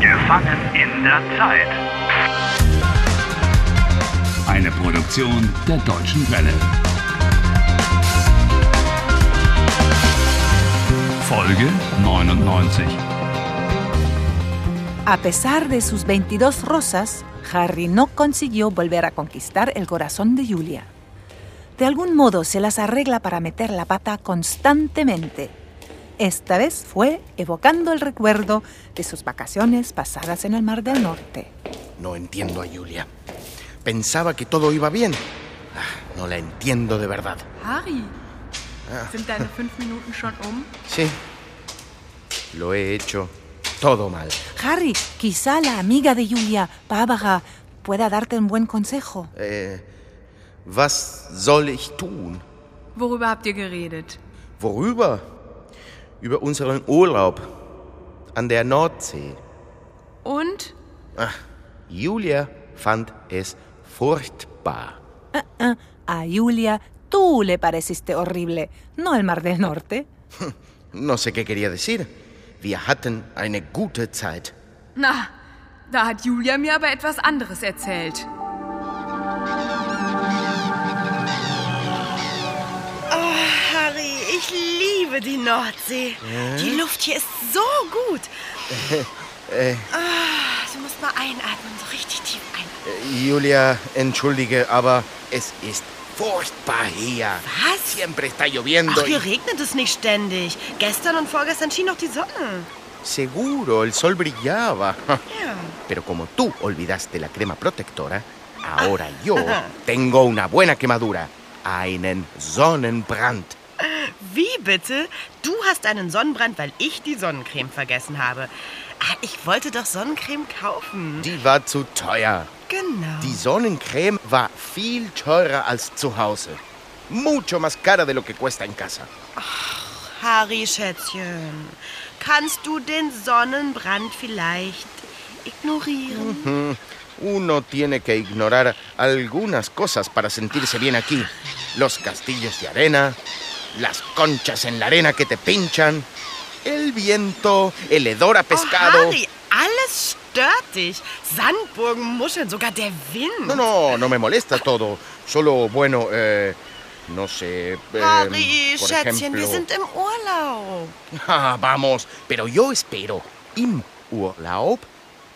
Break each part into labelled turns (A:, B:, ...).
A: Gefangen in der Zeit.
B: Eine Produktion der Deutschen Welle. Folge 99.
C: A pesar de sus 22 rosas, Harry no consiguió volver a conquistar el corazón de Julia. De algún modo se las arregla para meter la pata constantemente. Esta vez fue evocando el recuerdo de sus vacaciones pasadas en el Mar del Norte.
D: No entiendo a Julia. Pensaba que todo iba bien. Ah, No la entiendo de verdad. Ah.
E: Harry, sind deine fünf Minuten schon um?
D: Sí. Lo he hecho todo mal.
C: Harry, quizá la amiga de Julia, Barbara, pueda darte un buen consejo.
D: Äh, was soll ich tun?
E: Worüber habt ihr geredet?
D: Worüber? Über unseren Urlaub an der Nordsee. Ah,
E: Und?
D: Julia fand es furchtbar.
C: A Julia, tú le pareciste horrible, no el Mar del Norte.
D: No sé qué quería decir. Wir hatten eine gute Zeit.
E: Na, da hat Julia mir aber etwas anderes erzählt.
F: Harry, ich liebe die Nordsee. Die Luft hier ist so gut. Ah, du musst mal einatmen, so richtig tief einatmen.
D: Eh, Julia, entschuldige, aber es ist furchtbar hier.
F: Was?
D: Siempre está lloviendo.
F: Ach,
D: y-
F: hier regnet es nicht ständig. Gestern und vorgestern schien noch die Sonne.
D: Seguro, el sol brillaba.
F: Ja.
D: Pero como tú olvidaste la crema protectora, ahora
F: Ah.
D: yo tengo una buena quemadura. Einen Sonnenbrand.
F: Wie bitte? Du hast einen Sonnenbrand, weil ich die Sonnencreme vergessen habe. Ah, ich wollte doch Sonnencreme kaufen.
D: Die war zu teuer.
F: Genau.
D: Die Sonnencreme war viel teurer als zu Hause. Mucho más cara de lo que cuesta en casa.
F: Harry, Schätzchen, kannst du den Sonnenbrand vielleicht ignorieren?
D: Uno tiene que ignorar algunas cosas para sentirse bien aquí. Los castillos de arena, las conchas en la arena que te pinchan, el viento, el hedor a pescado.
F: Oh, Harry, alles stört dich. Sandburgen, Muscheln, sogar der Wind.
D: No, no, no me molesta todo. Solo, bueno, eh, no sé. eh,
F: Harry,
D: por
F: Schätzchen,
D: ejemplo-
F: wir sind im Urlaub.
D: Ah, vamos, pero yo espero im Urlaub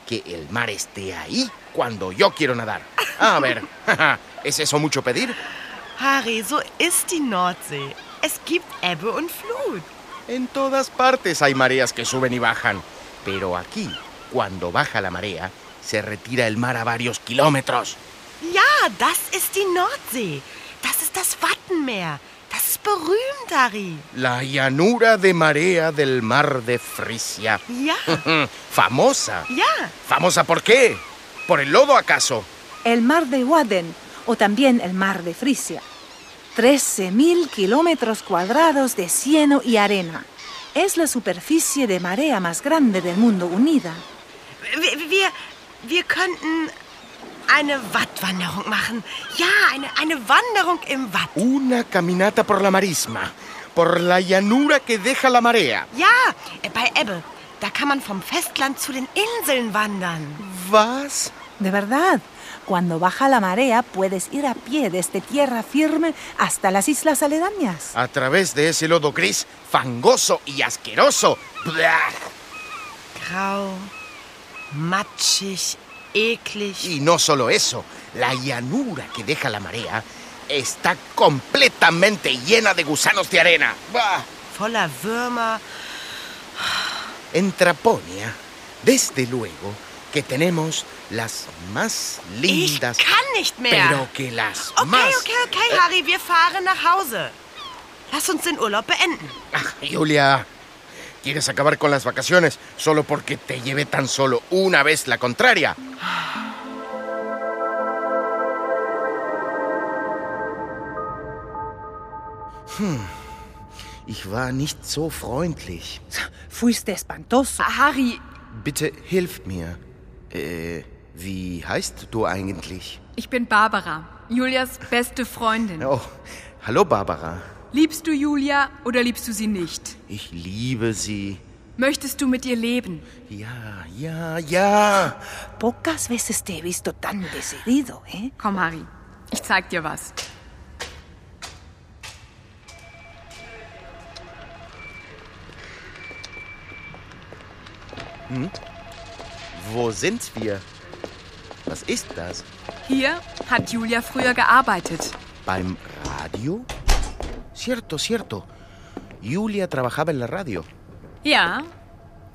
D: que el mar esté ahí cuando yo quiero nadar. A ver, ¿es eso mucho pedir?
F: Harry, so ist die Nordsee. Es gibt Ebbe und Flut.
D: En todas partes hay mareas que suben y bajan, pero aquí, cuando baja la marea, se retira el mar a varios kilómetros.
F: Ja, das ist die Nordsee. Das ist das Wattenmeer. Das ist berühmt, Harry.
D: La llanura de marea del mar de Frisia.
F: Ja,
D: Hm. Famosa.
F: ja.
D: ¿Famosa por qué? ¿Por el lodo acaso?
C: el mar de Waden o también el mar de Frisia. 13.000 kilómetros cuadrados de cieno y arena. Es la superficie de marea más grande del mundo unida.
F: Wir, wir, wir könnten eine Wattwanderung machen. Ja, eine, eine Wanderung im Watt.
D: Una caminata por la marisma, por la llanura que deja la marea.
F: Ja, äh, bei Ebbe. Da kann man vom Festland zu den Inseln wandern.
D: ¿Vas?
C: De verdad, cuando baja la marea puedes ir a pie desde tierra firme hasta las islas aledañas.
D: A través de ese lodo gris, fangoso y asqueroso. ¡Blah!
F: Grau, matschig, eklig.
D: Y no solo eso, la llanura que deja la marea está completamente llena de gusanos de arena. ¡Bah!
F: Voller Würmer.
D: En Traponia, desde luego que tenemos las más
F: Ich
D: lindas,
F: kann nicht mehr.
D: pero que las
F: okay,
D: más...
F: okay, okay, Harry, wir fahren nach Hause. Lass uns den Urlaub beenden.
D: Ah, Julia, ¿quieres acabar con las vacaciones solo porque te llevé tan solo una vez la contraria? Hm, Ich war nicht so freundlich.
C: Fuiste espantoso.
E: Harry,
D: Bitte hilf mir. Äh, wie heißt du eigentlich?
E: ich bin Barbara, Julias beste Freundin.
D: Oh, hallo Barbara.
E: Liebst du Julia oder liebst du sie nicht?
D: Ich liebe sie.
E: Möchtest du mit ihr leben?
D: Ja, ja, ja.
C: Pocas veces te he visto tan decidido, ¿eh?
E: Komm, Harry. Ich zeig dir was.
D: Wo sind wir? Was ist das?
E: Hier hat Julia früher gearbeitet.
D: ¿Beim Radio? Cierto, cierto. Julia trabajaba en la radio.
E: Ja.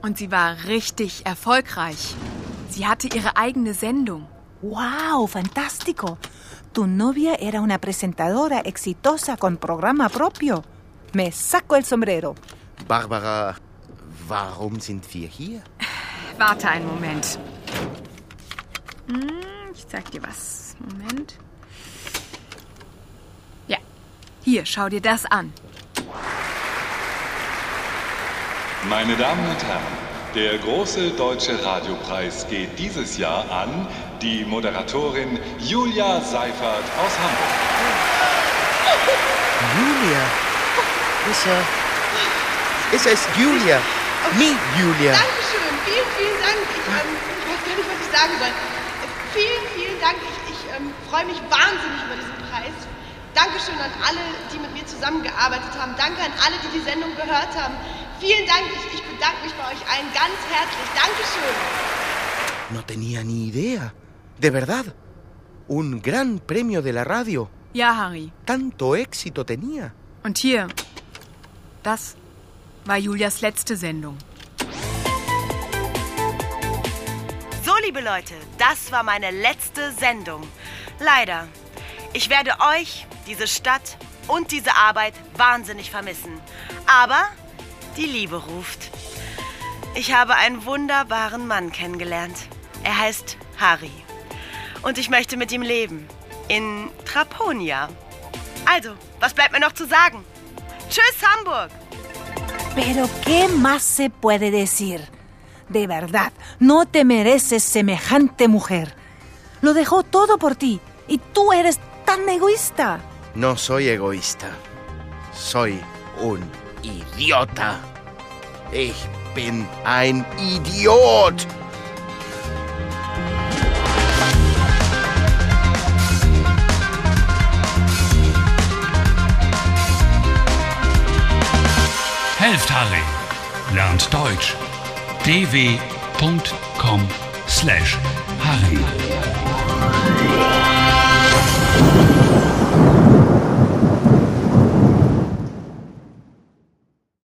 E: Und sie war richtig erfolgreich. Sie hatte ihre eigene Sendung.
C: ¡Wow! ¡Fantástico! Tu novia era una presentadora exitosa con programa propio. Me saco el sombrero.
D: Barbara, warum sind wir hier?
E: Warte einen Moment. Hm, Ich zeig dir was. Moment. Ja. Hier, schau dir das an.
A: Meine Damen und Herren, der große deutsche Radiopreis geht dieses Jahr an die Moderatorin Julia Seifert aus Hamburg.
D: Julia. Esa. Esa es Julia. Mi Julia.
G: Dankeschön, vielen, vielen Dank. Ich ähm, weiß gar nicht, was ich sagen soll. Äh, Vielen, vielen Dank. Ich, ich ähm, freue mich wahnsinnig über diesen Preis. Dankeschön an alle, die mit mir zusammengearbeitet haben. Danke an alle, die die Sendung gehört haben. Vielen Dank. Ich, ich bedanke mich bei euch allen ganz herzlich. Dankeschön.
D: No tenía ni idea. De verdad. Un gran premio de la radio.
E: Ja, Harry.
D: Tanto éxito tenía.
E: Und hier. Das war Julias letzte Sendung.
F: So, liebe Leute, das war meine letzte Sendung. Leider. Ich werde euch, diese Stadt und diese Arbeit wahnsinnig vermissen. Aber die Liebe ruft. Ich habe einen wunderbaren Mann kennengelernt. Er heißt Harry. Und ich möchte mit ihm leben. In Traponia. Also, was bleibt mir noch zu sagen? Tschüss, Hamburg!
C: Pero ¿qué más se puede decir? De verdad, no te mereces semejante mujer. Lo dejó todo por ti y tú eres tan egoísta.
D: No soy egoísta. Soy un idiota. Ich bin ein Idiot.
B: Helft Harry. Lernt Deutsch. dw.com/harry.